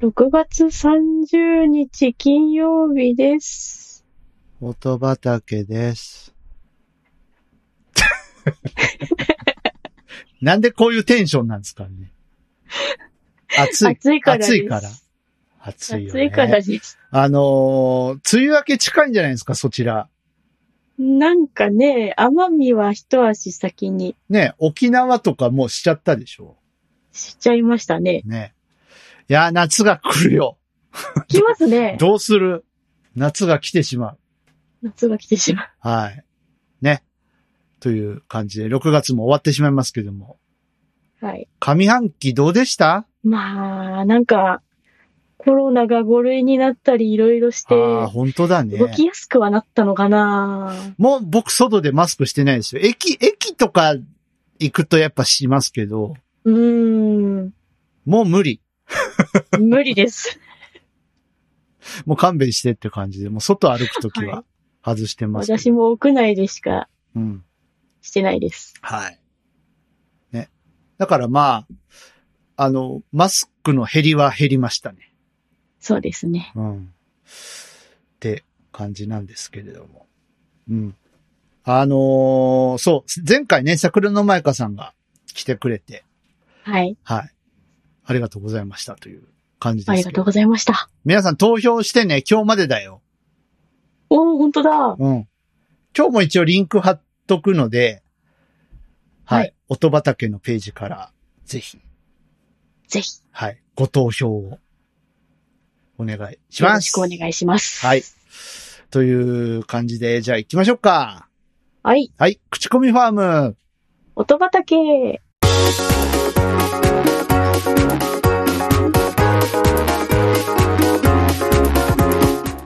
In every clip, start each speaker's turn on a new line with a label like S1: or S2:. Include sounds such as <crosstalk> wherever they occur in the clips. S1: 6月30日金曜日です。
S2: 音畑です。 <laughs> なんでこういうテンションなんですかね。暑い。
S1: 暑いからです。
S2: 暑いから。暑いよ
S1: 暑
S2: ね。
S1: いからです。
S2: あのー梅雨明け近いんじゃないですか、そちら。
S1: なんかね、奄美は一足先に
S2: ね、沖縄とかもうしちゃったでしょ
S1: しちゃいましたね。
S2: う。ね。いやー、夏が来るよ。
S1: 来ますね。
S2: <laughs> どうする夏が来てしまう。
S1: 夏が来てしまう。
S2: はい。ね。という感じで、6月も終わってしまいますけども。
S1: はい。
S2: 上半期どうでした
S1: まあ、なんか、コロナが5類になったりいろいろして、
S2: ああ、本当だね。
S1: 動きやすくはなったのかな、
S2: もう僕外でマスクしてないですよ。駅、駅とか行くとやっぱしますけど、
S1: うーん。
S2: もう無理。
S1: 無理
S2: <laughs>
S1: です。
S2: もう勘弁してって感じで、もう外歩くときは外してますけど、
S1: 私も屋内でしか
S2: うん。
S1: してないです。
S2: はい。ね。だからまあ、あの、マスクの減りは減りましたね。
S1: そうですね。
S2: うん。って感じなんですけれども。うん。あのーそう、前回ね、桜の舞香さんが来てくれて、
S1: はい。
S2: はい。ありがとうございましたという感じですけど。
S1: ありがとうございました。
S2: 皆さん投票してね、今日までだよ。
S1: おー、本当だ。
S2: うん。今日も一応リンク貼っとくので、はい。
S1: はい
S2: 音畑のページから、ぜひ、
S1: ぜひ、
S2: はい、ご投票を、お願いし
S1: よ
S2: ま
S1: ろ
S2: す。
S1: しくお願いします。
S2: はい。という感じで、じゃあ行きましょうか。
S1: はい。
S2: はい、口コミファーム。
S1: 音畑。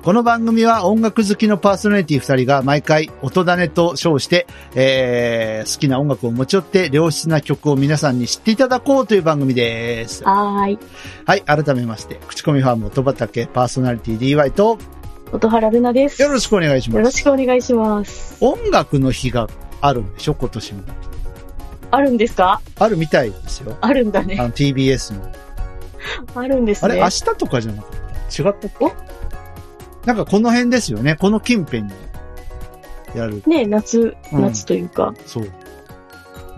S2: この番組は音楽好きのパーソナリティ二人が毎回音種と称して、えー、好きな音楽を持ち寄って良質な曲を皆さんに知っていただこうという番組です。
S1: はーい。
S2: はい、改めまして、口コミファーム音畑パーソナリティ DY と、
S1: 音原ルナです。
S2: よろしくお願いし
S1: よ
S2: ま
S1: ろ
S2: す。
S1: しくお願いします。
S2: 音楽の日があるんでしょ今年も。
S1: あるんですか
S2: あるみたいですよ。
S1: あるんだね
S2: あ。の TBS の。
S1: あるんです
S2: あれ、
S1: ね。
S2: 明日とかじゃなかった違ったっけなんかこの辺ですよね。この近辺にやる。
S1: ね夏、
S2: うん
S1: 夏というか。
S2: そう。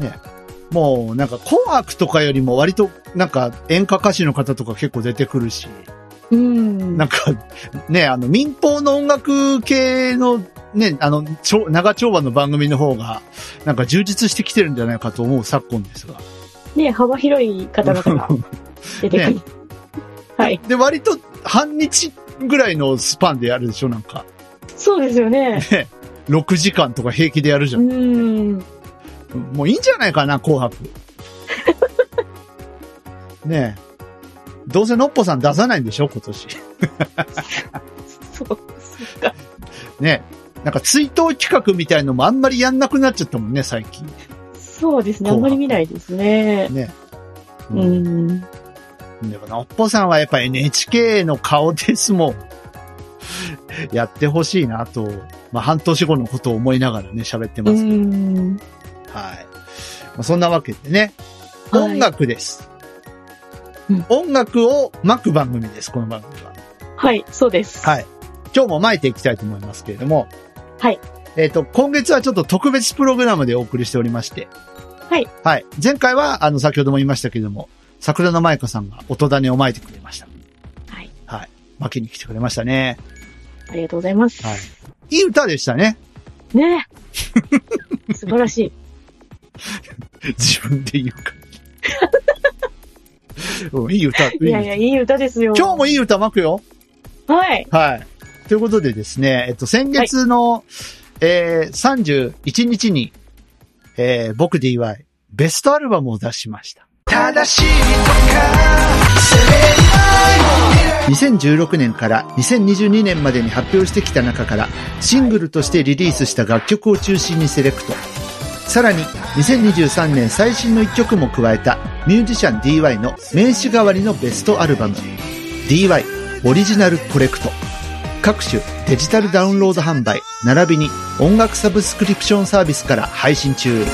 S2: ね。もうなんか紅白とかよりも割となんか演歌歌手の方とか結構出てくるし、
S1: うん。
S2: なんかね、あの民放の音楽系のね、あの、ちょ長丁場の番組の方がなんか充実してきてるんじゃないかと思う昨今ですが。
S1: ね幅広い方々が出てくる。
S2: ね
S1: <laughs> はい。
S2: で、割と半日ぐらいのスパンでやるでしょなんか。
S1: そうですよね。
S2: 6時間とか平気でやるじゃ。
S1: うんん。
S2: もういいんじゃないかな、紅白。 <laughs> ねえ。どうせのっぽさん出さないんでしょ今年。
S1: そう、そっか。
S2: ねえ。なんか追悼企画みたいのもあんまりやんなくなっちゃったもんね、最近。
S1: そうですね。あん
S2: 紅白
S1: まり見ないですね。
S2: ねえ。
S1: う。ん。
S2: でも、のっぽさんはやっぱ NHK の顔ですもん。やってほしいなと、まあ、半年後のことを思いながらね、喋って
S1: う
S2: ますけど。
S1: ん。
S2: はい。まあ、そんなわけでね、
S1: はい
S2: 音楽です。
S1: うん
S2: 音楽を巻く番組です、この番組は。
S1: はい、そうです。
S2: はい。今日も巻いていきたいと思いますけれども。
S1: はい。
S2: えっ、と、今月はちょっと特別プログラムでお送りしておりまして。
S1: はい。
S2: はい。前回は、あの、先ほども言いましたけれども、桜の舞香さんが音種を巻いてくれました。
S1: はい。
S2: はい。巻きに来てくれましたね。
S1: ありがとうございます。
S2: はい。いい歌でしたね。 <laughs>
S1: ね <laughs> え。素晴らしい。
S2: 自分で言うか。
S1: <laughs>
S2: うん、いい歌。いい
S1: い
S2: 歌
S1: やいや、いい歌ですよ。
S2: 今日もいい歌巻くよ。
S1: はい。
S2: はい。ということでですね、えっと、先月の、えー、31日に、えー、僕 DY、ベストアルバムを出しました。2016年から2022年までに発表してきた中から、シングルとしてリリースした楽曲を中心にセレクト。さらに、2023年最新の1曲も加えた、ミュージシャン DY の名刺代わりのベストアルバム、DY オリジナルコレクト。各種デジタルダウンロード販売、並びに音楽サブスクリプションサービスから配信中。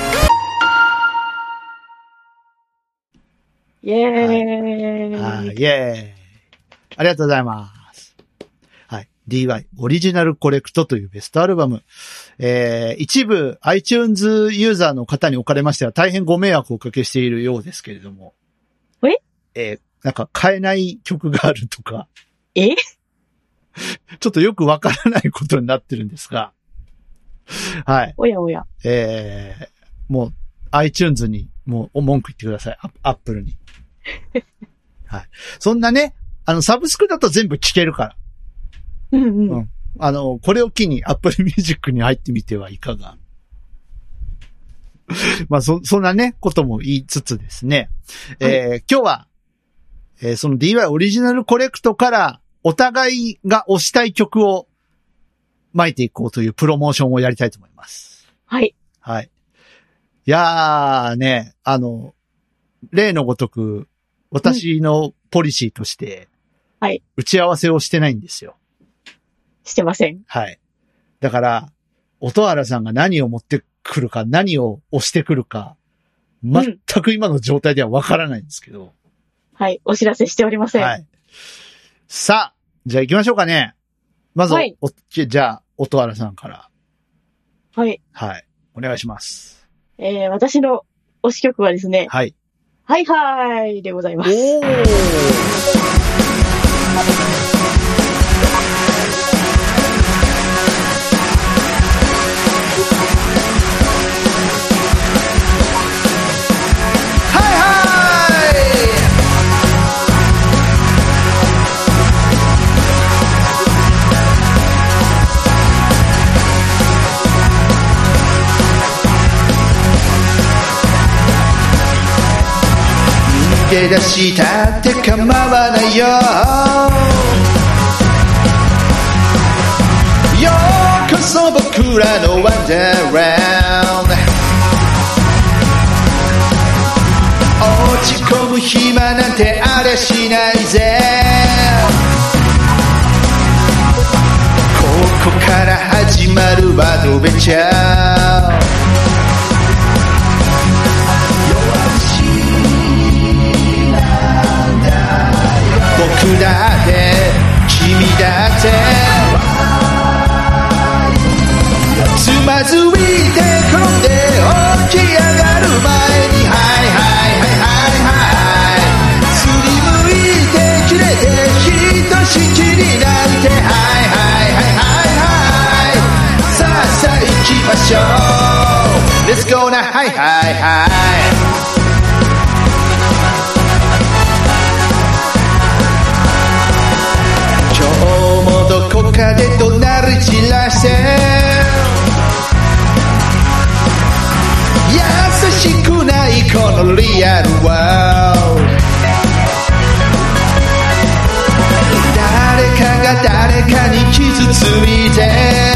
S1: イェーイ。
S2: はい、イェーイ。ありがとうございます。はい。DY オリジナルコレクトというベストアルバム。えー、一部 iTunes ユーザーの方におかれましては大変ご迷惑をおかけしているようですけれども。
S1: え
S2: えーなんか買えない曲があるとか。
S1: え
S2: ちょっとよくわからないことになってるんですが。はい。
S1: おやおや。
S2: えーもう iTunes にもう文句言ってください。アップルに。はい。そんなね、あの、サブスクだと全部聞けるから。
S1: うん
S2: う
S1: うんん。
S2: あの、これを機に Apple <laughs> Music に入ってみてはいかが。 <laughs> まあ、そ、そんなね、ことも言いつつですね。えー今日は、えーその DY オリジナルコレクトから、お互いが推したい曲を巻いていこうというプロモーションをやりたいと思います。
S1: はい。
S2: はい。いやーね、あの、例のごとく、私のポリシーとして、
S1: はい。
S2: 打ち合わせをしてないんですよ。
S1: してません。
S2: はい。だから、音原さんが何を持ってくるか、何を押してくるか、全く今の状態ではわからないんですけど。
S1: はい。お知らせしておりません。
S2: は
S1: はい。
S2: い。さあ、じゃあ行きましょうかね。まず、
S1: はい
S2: おじゃあ、音原さんから。はい。お願いします。
S1: えー、私の推し曲はですね、
S2: はい。
S1: はいはいでございます。
S2: おーはいはい逃げ出したって構わないよようこそ僕らのワンダーラウンド落ち込む暇なんてありゃしないぜここから始まるアドベンチャー僕だって君だってつまずいて転んで起き上がる前にはいはいはいはいはいすりむいて切れてひとしきり泣いてはいはいはいはいはいさあさあ行きましょう Let's go なはいはいはい今日もどこかで怒鳴り散らして優しくないこのリアルワールド誰かが誰かに傷ついて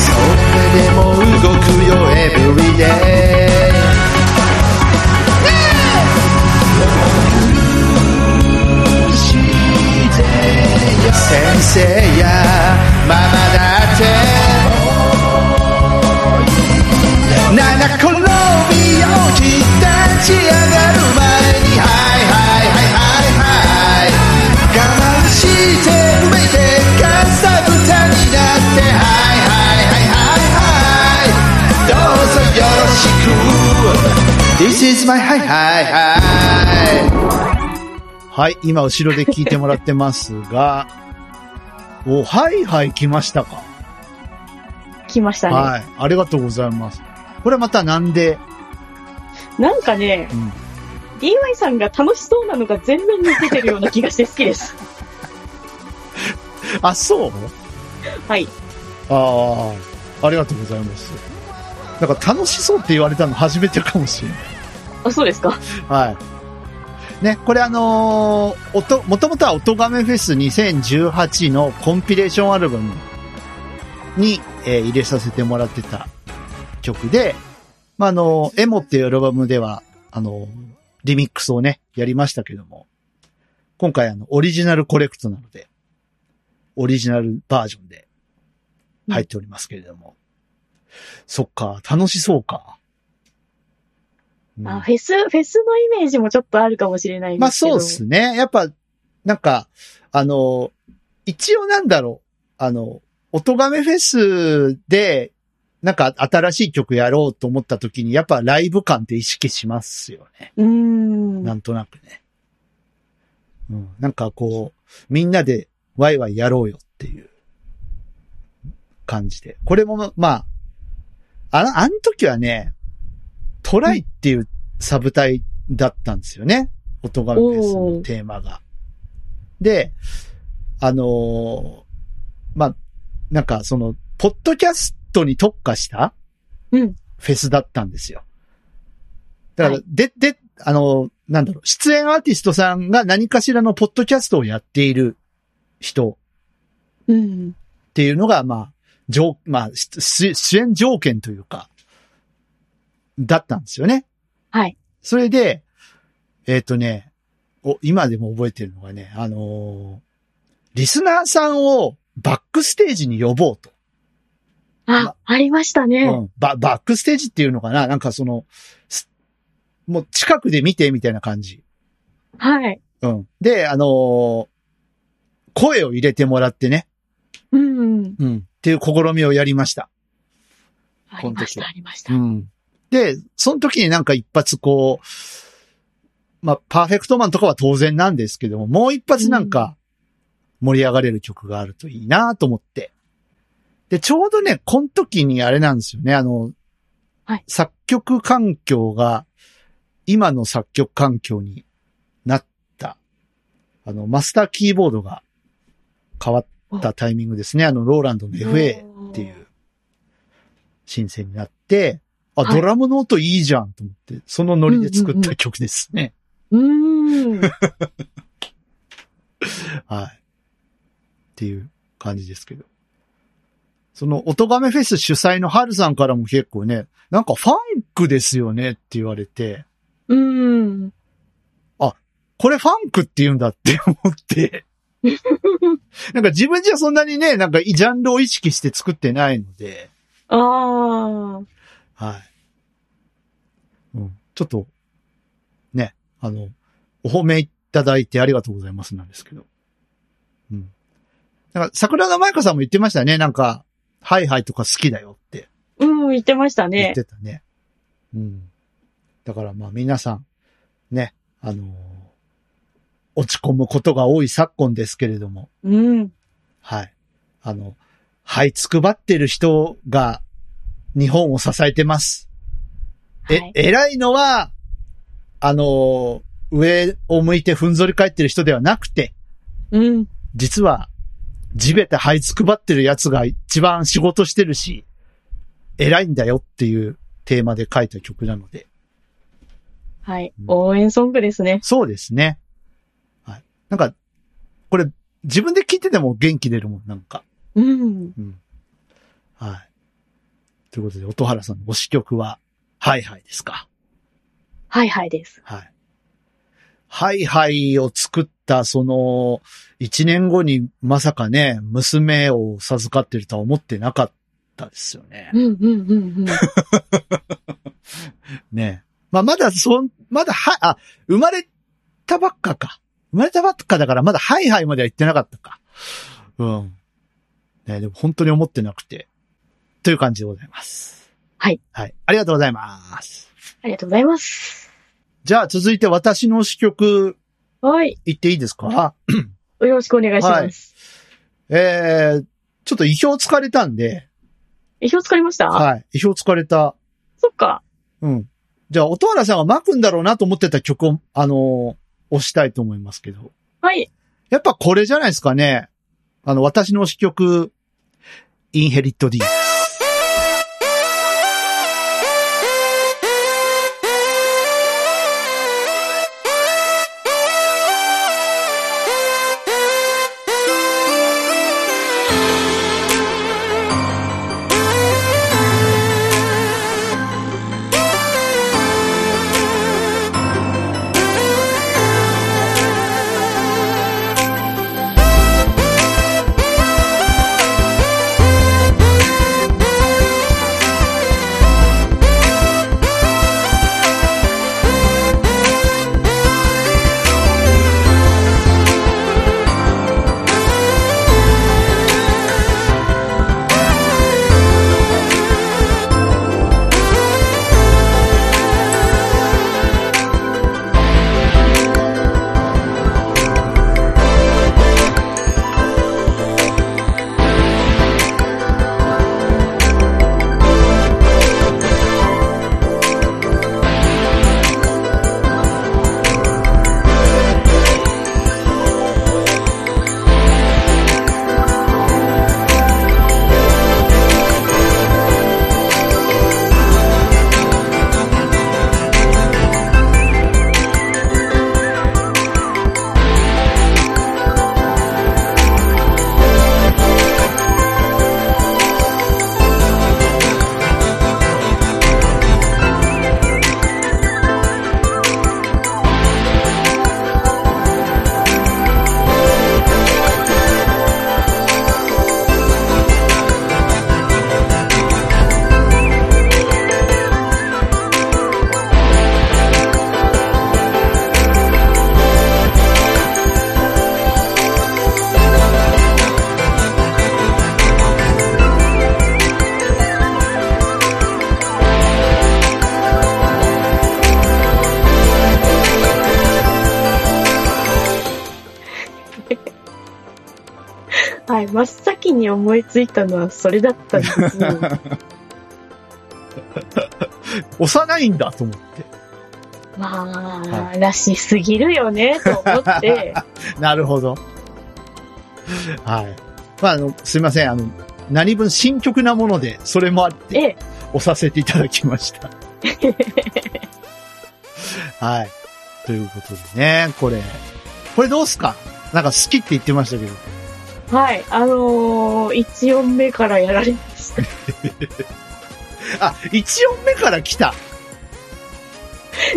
S2: それでも動くよ Everyday 先生やママだって七転びよき立ち上がる前にはいはいはいはいはい我慢して埋めてかさぶたになってはいはいはいはいはいどうぞよろしく This is my はいはいはいはい、今後ろで聞いてもらってますが、お、はいはい来ましたか。
S1: 来ましたね、
S2: はい、ありがとうございます。これまたなんで、
S1: なんかね、
S2: うん
S1: DY さんが楽しそうなのが全面に出てるような気がして好きです。
S2: あ、そう
S1: はい。
S2: ああ、ありがとうございます。なんか楽しそうって言われたの初めてかもしれない。
S1: <laughs> あ、そうですか
S2: はい。ね、これあのー、音、もともとは音亀フェス2018のコンピレーションアルバムに、えー入れさせてもらってた曲で、まあ、あのーエモっていうアルバムでは、あのーリミックスをね、やりましたけども、今回あの、オリジナルコレクトなので、オリジナルバージョンで入っておりますけれども。そっか、楽しそうか。うん
S1: あフェス、フェスのイメージもちょっとあるかもしれない
S2: まあ
S1: ですけど。
S2: そうですね。やっぱ、なんか、あの、一応なんだろう。あの、音亀フェスで、なんか新しい曲やろうと思った時に、やっぱライブ感って意識しますよね。
S1: うーん。
S2: なんとなくね。うん。なんかこう、みんなでワイワイやろうよっていう感じで。これも、まあ、あの、あの時はね、トライっていうサブ隊だったんですよね。音楽フェスのテーマが。で、あのーまあ、なんかその、ポッドキャストに特化した
S1: うん
S2: フェスだったんですよ。だから、
S1: は
S2: で、で、あの、なんだろう、出演アーティストさんが何かしらのポッドキャストをやっている人
S1: うん。
S2: っていうのが、まあ、条まあ、出出出演条件というか、だったんですよね。
S1: はい。
S2: それで、えっ、とね、お、今でも覚えてるのがね、あのーリスナーさんをバックステージに呼ぼうと。
S1: あ、ありました
S2: う
S1: ね。
S2: ん、ババックステージっていうのかななんかその、すもう近くで見てみたいな感じ。
S1: はい。
S2: うん。で、あのー声を入れてもらってね、
S1: うん。
S2: うん。っていう試みをやりました。
S1: あ
S2: こ
S1: り
S2: の
S1: まし
S2: 時は
S1: た、ありました
S2: う。ん。で、その時になんか一発こう、まあ、パーフェクトマンとかは当然なんですけども、もう一発なんか盛り上がれる曲があるといいなと思って。で、ちょうどね、この時にあれなんですよね、あの、
S1: はい
S2: 作曲環境が今の作曲環境になった、あの、マスターキーボードが変わったタイミングですね、あの、ローランドの FA。っていう申請になって、あ、
S1: はい
S2: ドラムの音いいじゃんと思って、そのノリで作った曲ですね。
S1: うーん。
S2: はい。っていう感じですけど。その、音亀フェス主催のハルさんからも結構ね、なんかファンクですよねって言われて、
S1: うーん。
S2: これファンクって言うんだって思って、なんか自分じゃそんなにね、なんかジャンルを意識して作ってないので、
S1: ああ。
S2: はい。うん。ちょっと、ね、あの、お褒めいただいてありがとうございますなんですけど。うん。なんか、桜田舞香さんも言ってましたね。なんか、ハイハイとか好きだよって
S1: うん、言ってました
S2: 言
S1: ね
S2: っ。てたね。うん。だからまあ皆さん、ね、あのー落ち込むことが多い昨今ですけれども、
S1: うん。
S2: はい。あの、はいつくばってる人が日本を支えてます。
S1: は
S2: え、
S1: い。
S2: 偉いのは、あのー上を向いてふんぞり返ってる人ではなくて、
S1: うん。
S2: 実は、地べた這いつくばってるやつが一番仕事してるし、偉いんだよっていうテーマで書いた曲なので、
S1: はい
S2: うん。
S1: 応援ソングですね。
S2: そうですね。はい。なんか、これ、自分で聞いてても元気出るもん、なんか。
S1: うん。
S2: うん。はい。ということで、音原さんの推し曲は、はいはいですか。
S1: はいはいです。
S2: はい。はいはいを作った、その、一年後にまさかね、娘を授かってるとは思ってなかったですよね
S1: う。んうんう
S2: <laughs>
S1: んうん。
S2: ね。まあ、まだそん、まだは、あ、生まれたばっかか。生まれたばっかだから、まだはいはいまでは言ってなかったか。うん。ね、でも本当に思ってなくて。という感じでございます。
S1: はい。
S2: はい。ありがとうございます。
S1: ありがとうございます。
S2: じゃあ続いて私の支曲
S1: はい。
S2: 言っていいですか
S1: よろしくお願いします。
S2: えー、ちょっと意表つかれたんで、
S1: 意表使いました
S2: はい。意表つかれた。
S1: そっか。
S2: うん。じゃあ、音原さんが巻くんだろうなと思ってた曲を、あのー押したいと思いますけど。
S1: はい。
S2: やっぱこれじゃないですかね。あの、私の推し曲、インヘリット D。
S3: 「
S1: はい、真っ先に思いついたのはそれだったんです
S2: <laughs>
S1: ね。
S2: 幼いんだと思って。 <laughs>
S1: まあ、
S2: は
S1: らしすぎるよね、と思
S2: <laughs>
S1: って。
S2: なるほど。はい。まあ、あの、すいません。あの、何分新曲なもので、それもあって、
S1: ええ、
S2: 押させていただきました。はい。ということでね、これ。これどうすかなんか好きって言ってましたけど。
S1: はい、あのー、1音目からやられました。 <laughs>
S2: あ、1音目から来た。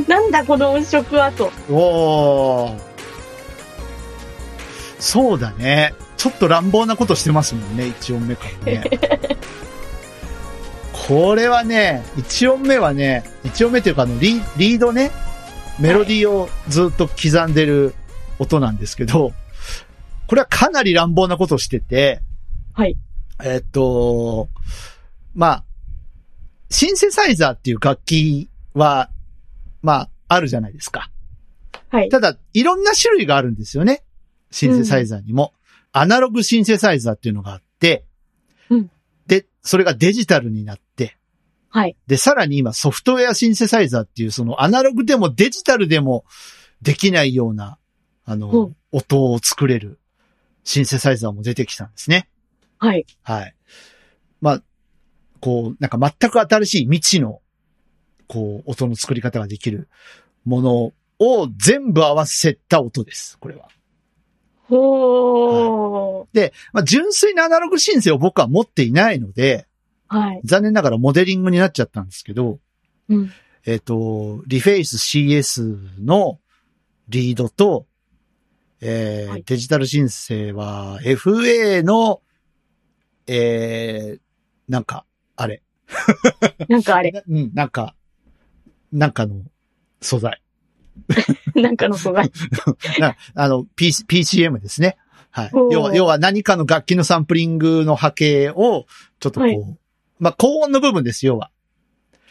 S1: なんだこの音色はと。
S2: おー。そうだね。ちょっと乱暴なことしてますもんね、1音目から
S1: <laughs>
S2: ね。これはね、1音目はね、1音目というかあのリ、リードね、メロディーをずっと刻んでる音なんですけど、これはかなり乱暴なことしてて、
S1: はい。
S2: えっと、まあ、シンセサイザーっていう楽器は、まあ、あるじゃないですか。
S1: はい。
S2: ただ、いろんな種類があるんですよね。シンセサイザーにも。アナログシンセサイザーっていうのがあって、
S1: うん
S2: で、それがデジタルになって、
S1: はい。
S2: で、さらに今ソフトウェアシンセサイザーっていう、そのアナログでもデジタルでもできないような、あの、
S1: うん
S2: 音を作れるシンセサイザーも出てきたんですね。
S1: はい。
S2: はい。まあ、こう、なんか全く新しい未知の、こう、音の作り方ができるものを全部合わせた音です、これは。
S1: ほー。
S2: で、まあ、純粋なアナログシンセを僕は持っていないので、
S1: はい。
S2: 残念ながらモデリングになっちゃったんですけど、
S1: うん。
S2: えっ、と、リフェイス CS のリードと、えー
S1: はい
S2: デジタル申請は FA の、えー、なんか、あれ、
S1: なんかあ
S2: <laughs>
S1: れ、
S2: なうん、なんか、なんかの
S1: <laughs>
S2: 素材。
S1: なんかの素材。
S2: なあの、P、PCM ですね。はい
S1: お。ー
S2: 要は、要は何かの楽器のサンプリングの波形を、ちょっとこう、
S1: はい
S2: まあ、高音の部分です、要は。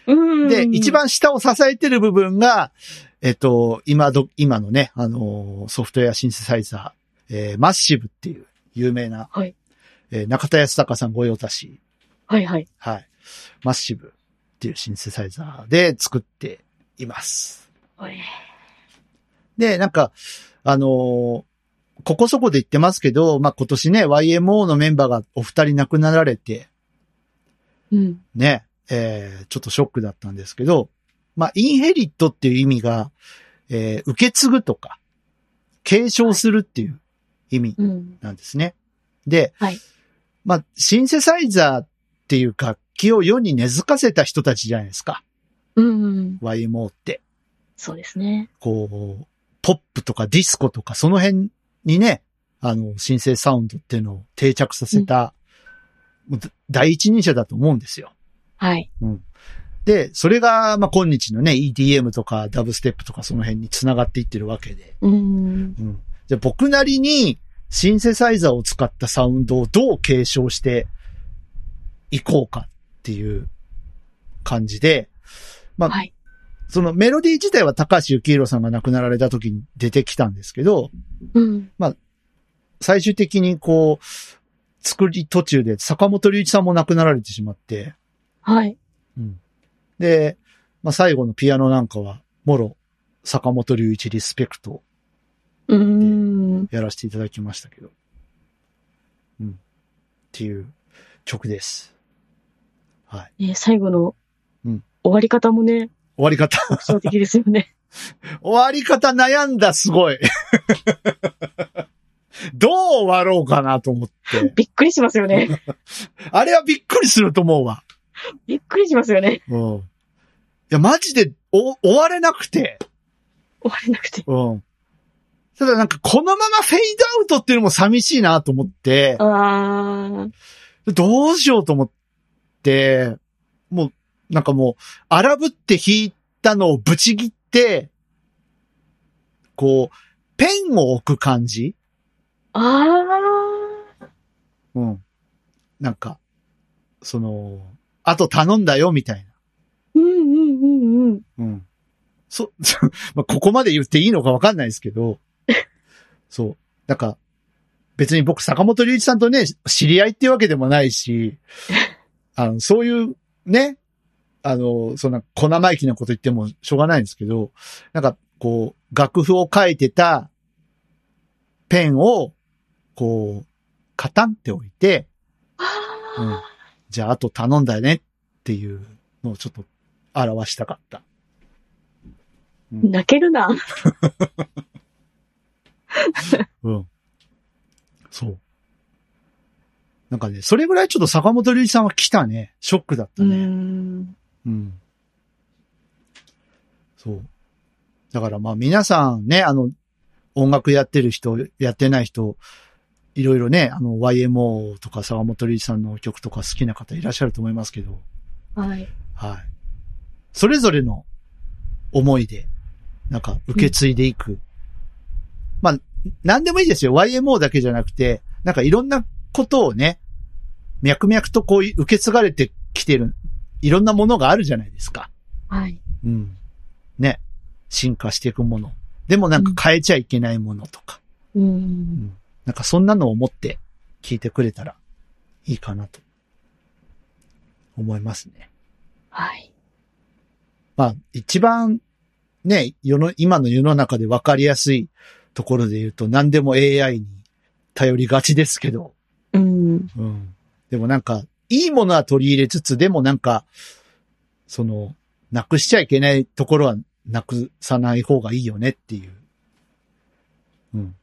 S1: うん。
S2: で、一。番下を支えてる部分が、えっと、今ど、今のね、あのーソフトウェアシンセサイザー、えーマッシブっていう有名な、
S1: はい
S2: えー中田康隆さん御用達、
S1: はいはい。
S2: はい。マッシブっていうシンセサイザーで作っています。
S1: はい
S2: で、なんか、あのーここそこで言ってますけど、まあ、今年ね、YMO のメンバーがお二人亡くなられて、
S1: うん。
S2: ね、えー、ちょっとショックだったんですけど、まあ、インヘリットっていう意味が、えー、受け継ぐとか、継承するっていう意味
S1: うん。
S2: なんですね。で、
S1: はい
S2: まあ、シンセサイザーっていう楽器を世に根付かせた人たちじゃないですか、
S1: うん。
S2: YMO って。
S1: そうですね。
S2: こう、ポップとかディスコとかその辺にね、あの、新生サウンドっていうのを定着させた、もうだ第一人者だと思うんですよ。
S1: はい。
S2: で、それが、まあ、今日のね、EDM とかダブステップとかその辺に繋がっていってるわけで。
S1: うん。
S2: うん。じゃあ僕なりに、シンセサイザーを使ったサウンドをどう継承していこうかっていう感じで、まあ、
S1: はい
S2: そのメロディー自体は高橋幸宏さんが亡くなられた時に出てきたんですけど、
S1: うん。
S2: 最終的にこう、作り途中で坂本龍一さんも亡くなられてしまって、
S1: はい。
S2: で、まあ、最後のピアノなんかは、もろ、坂本龍一リスペクトを
S1: うん。
S2: やらせていただきましたけど。うん。っていう曲です。はい。
S1: ね、最後の、
S2: うん
S1: 終わり方もね、
S2: 終わり方。 <laughs>
S1: 特徴的ですよね。 <laughs>
S2: 終わり方悩んだ、すごい。どう終わろうかなと思って。
S1: びっくりしますよね。
S2: あれはびっくりすると思うわ。
S1: びっくりしますよね。
S2: うん。いや、マジで、お、終われなくて。
S1: 終われなくて。
S2: うん。ただなんか、このままフェイドアウトっていうのも寂しいなと思って、
S1: あ
S2: どうしようと思って、もう、なんかもう、荒ぶって弾いたのをぶち切って、こう、ペンを置く感じ
S1: あ。あ
S2: うん。なんか、その、あと頼んだよ、みたいな。
S1: ー。うんうんうんうん。
S2: うん。そ、 <laughs> まあ、ここまで言っていいのかわかんないですけど、そう。なんか、別に僕、坂本龍一さんとね、知り合いっていうわけでもないし、あの、そういう、ね、あの、そんな、小生意気なこと言ってもしょうがないんですけど、なんか、こう、楽譜を書いてた、ペンを、こう、カタンって置いて、うん、じゃあ、あと頼んだねっていうのをちょっと表したかった。
S1: 泣けるな。
S2: うん。そう。なんかね、それぐらいちょっと坂本龍一さんは来たね。ショックだった
S1: う
S2: ね。
S1: ん。
S2: うん。そう。だからまあ皆さんね、あの、音楽やってる人、やってない人、いろいろね、あの、YMO とか坂本龍一さんの曲とか好きな方いらっしゃると思いますけど、
S1: はい。
S2: はい。それぞれの思いで、なんか受け継いでいく。まあ、なんでもいいですよ。YMO だけじゃなくて、なんかいろんなことをね、脈々とこういう受け継がれてきてる、いろんなものがあるじゃないですか。
S1: はい。
S2: うん。ね。進化していくもの。でもなんか変えちゃいけないものとか。
S1: うん。
S2: なんかそんなのを持って聞いてくれたらいいかなと思いますね。
S1: はい。
S2: まあ、一番ね、世の、今の世の中で分かりやすいところで言うと何でも AI に頼りがちですけど、
S1: うん。
S2: うん。でもなんか、いいものは取り入れつつ、でもなんか、その、なくしちゃいけないところはなくさない方がいいよねっていう。うん。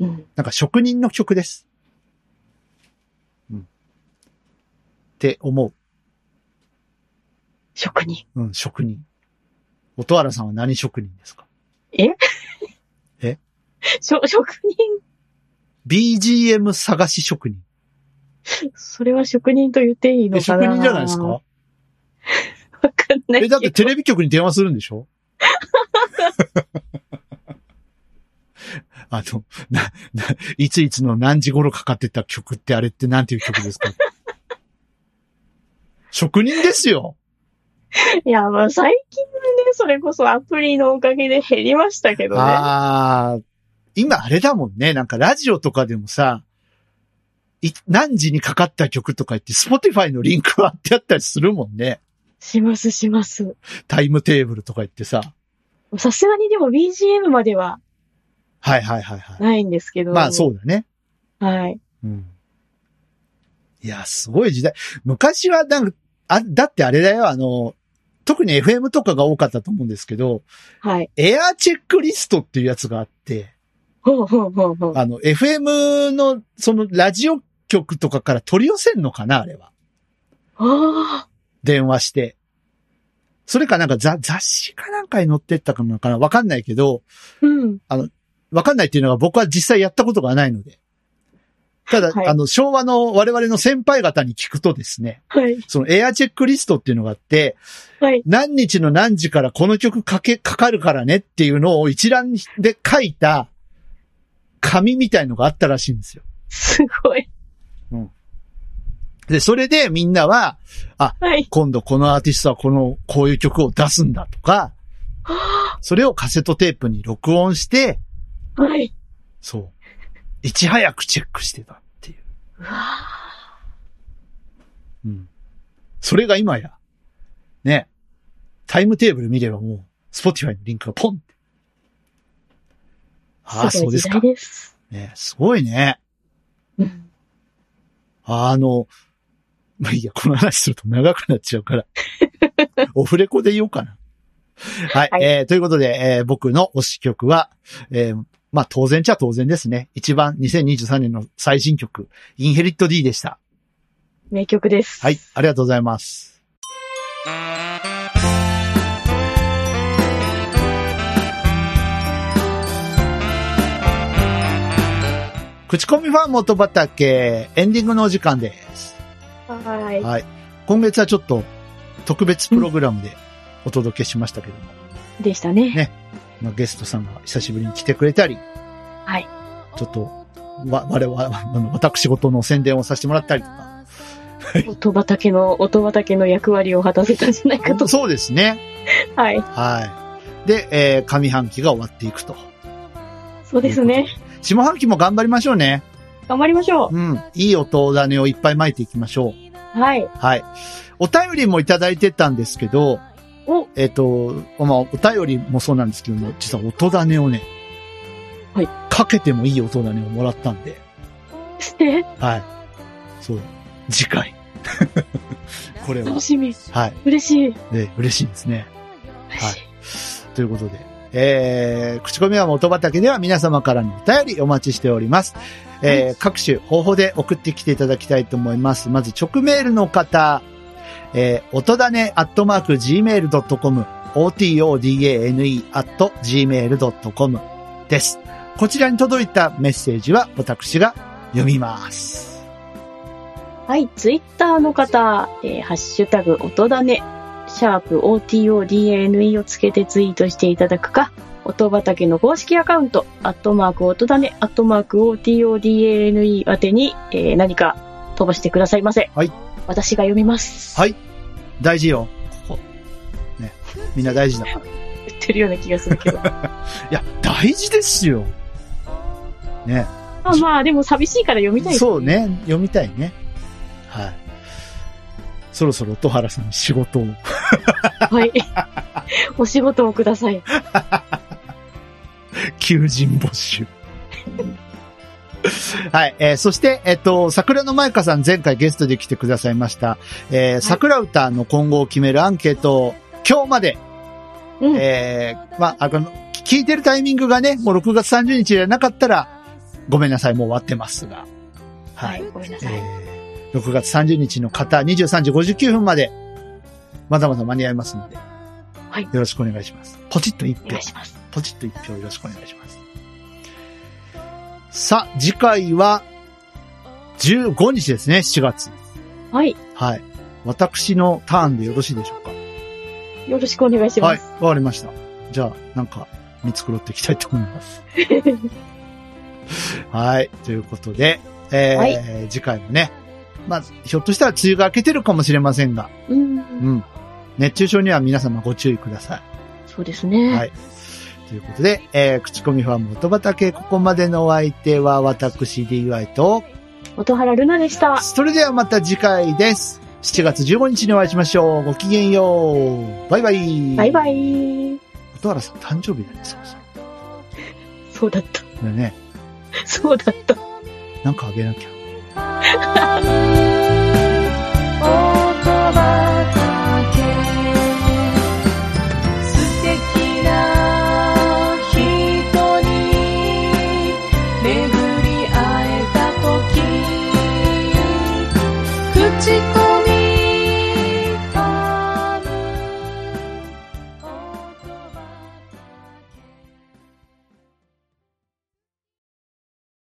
S1: うん。
S2: なんか職人の曲です。うん。って思
S1: 職人。
S2: う。うん、職人。音原さんは何職人ですか
S1: しょ、 <laughs> 職人
S2: ?BGM 探し職人。
S1: それは職人と言っていいの
S2: え、
S1: か
S2: 職
S1: な
S2: 人じゃないですか
S1: わかんないけど。
S2: え、だってテレビ局に電話するんでし <laughs> ょあの、な、な、いついつの何時頃かかってた曲ってあれってなんていう曲です <laughs> か職人ですよ
S1: いや、まあ最近ね、それこそアプリのおかげで減りましたけどね。
S2: ああ、今あれだもんね。なんかラジオとかでもさ、い、何時にかかった曲とか言って、スポティファイのリンク貼ってあったりするもんね。
S1: しますします。
S2: タイムテーブルとか言ってさ。
S1: さすがにでも BGM までは
S2: はいはいはいはい。
S1: ないんですけど。
S2: まあそうだね。
S1: う。はい。
S2: うんいや、すごい時代。昔はなんか、あ、だってあれだよ、あの、特に FM とかが多かったと思うんですけど、
S1: はい。
S2: エアーチェックリストっていうやつがあって、
S1: ほうほうほうほう。
S2: あの、FM の、その、ラジオ局とかから取り寄せんのかな、あれは。
S1: あ
S2: 電話して。それかなんか雑雑誌かなんかに載ってったかなかなわかんないけど、
S1: あ。うん。
S2: わかんないっていうのは僕は実際やったことがないので。ただ、
S1: はい
S2: あの、昭和の我々の先輩方に聞くとですね、
S1: はい。
S2: そのエアチェックリストっていうのがあって、
S1: はい。
S2: 何日の何時からこの曲かけ、かかるからねっていうのを一覧で書いた紙みたいのがあったらしいんですよ。
S1: すごい。
S2: で、それでみんなは、
S1: はい。
S2: 今度このアーティストはこの、こういう曲を出すんだとか、
S1: は
S2: それをカセットテープに録音して、
S1: あはい。
S2: そう。いち早くチェックしてたっていう。
S1: うわあ
S2: うん。それが今や、ね、タイムテーブル見ればもう、スポティファイのリンクがポンって。ああ、
S1: す
S2: そ
S1: ご
S2: う
S1: い時
S2: ですか
S1: 代。です。
S2: ね、すごいね。
S1: うん。
S2: あの、まあ、いいや、この話すると長くなっちゃう <laughs> から。オフレコで言おうかな。はい、
S1: はい
S2: えーということで、えー僕の推し曲は、えーまあ、当然っちゃ当然ですね。一番2023年の最新曲、インヘリット D でした。
S1: 名曲です。
S2: はい。、ありがとうございます。口コミファン元畑、エンディングのお時間です。
S1: はい。
S2: はい。今月はちょっと特別プログラムでお届けしましたけども、
S1: でしたね。
S2: ねまあ、ゲストさんが久しぶりに来てくれたり、
S1: はい。
S2: ちょっと、わ、我々、あの私事の宣伝をさせてもらったりとか、
S1: 音畑の、音畑の役割を果たせたんじゃないかと。
S2: そうですね。
S1: はい。
S2: はい。で、えー上半期が終わっていくと。
S1: そうですね。
S2: 下半期も頑張りましょうね。
S1: 頑張りましょ
S2: うん。いい音種をいっぱい撒いていきましょう。
S1: う。はい。
S2: はい。お便りもいただいてたんですけど、
S1: お、
S2: えっ、と、まあ、お便りもそうなんですけども、実は音種をね、
S1: はい。
S2: かけてもいい音種をもらったんで、
S1: 捨て、
S2: はい。そう。次
S1: <laughs>
S2: 回。これは
S1: 楽、しみ。
S2: はい。
S1: 嬉しい。嬉
S2: で、嬉しいですね。は
S1: し
S2: い。ということで、えー、口コミは元畑では皆様からのお便りお待ちしております。えー、各種方法で送ってきていただきたいと思います。まず直メールの方、えー、音だねアットマーク gmail.com、otodane アット gmail.com です。こちらに届いたメッセージは私が読みます。
S1: はい、ツイッターの方、えーハッシュタグ音だね、シャープ OTODANE をつけてツイートしていただくか、音畑の公式アカウント、アットマーク音だね、アットマーク OTODANE 宛てに、えー何か飛ばしてくださいませ。
S2: はい。
S1: 私が読みます。
S2: はい大事よ。ここ。ね。みんな大事だから。
S1: 言ってるような気がするけど。 <laughs> ま
S2: いや、大事ですよ。ね。
S1: あまあ、でも寂しいから読みたい。
S2: そうね。読みたいね。はい。そろそろ音原さん仕事を。
S1: はい。 <laughs> お仕事をください。
S2: 求人募集。 <laughs> はい。えーそして、えっと、桜の舞香さん前回ゲストで来てくださいました。えー桜歌の今後を決めるアンケートを今日まで、
S1: うん
S2: えーまあ、あの、聞いてるタイミングがね、もう6月30日じゃなかったら、ごめんなさい、もう終わってますが。は
S1: はいい。。ごめんなさい。
S2: えー6月30日の方、23時59分まで、まだまだ間に合いますので、
S1: はい
S2: よろしくお願いします。ポチッと一
S1: お
S2: 票
S1: 願い、します。
S2: ポチッと一票よろしくお願いします。さあ、次回は、15日ですね、7月。
S1: はい。
S2: はい。私のターンでよろしいでしょうか
S1: よろしくお願いし
S2: は
S1: ま
S2: い
S1: す。、
S2: わかりました。じゃあ、なんか、見繕っていきたいと思います。はい、ということで、えー
S1: は
S2: 次回もね、まあ、ひょっとしたら梅雨が明けてるかもしれませんが、
S1: <laughs> うん。
S2: うん。熱中症には皆様ご注意くださ
S1: そうです
S2: い。
S1: ね。
S2: はい。ということで、えー、口コミファン元畑、ここまでのお相手は私 DY と、
S1: 音原ルナでした。
S2: それではまた次回です。7月15日にお会いしましょう。ごきげんよう。バイバイ。
S1: バイバ。イ。
S2: 蛍原さん誕生日だね、そうそう。
S1: そうだった。
S2: だね。
S1: そうだった。
S2: なんかあげなきゃ。
S3: 音畑素敵な人に巡り会えた時口コ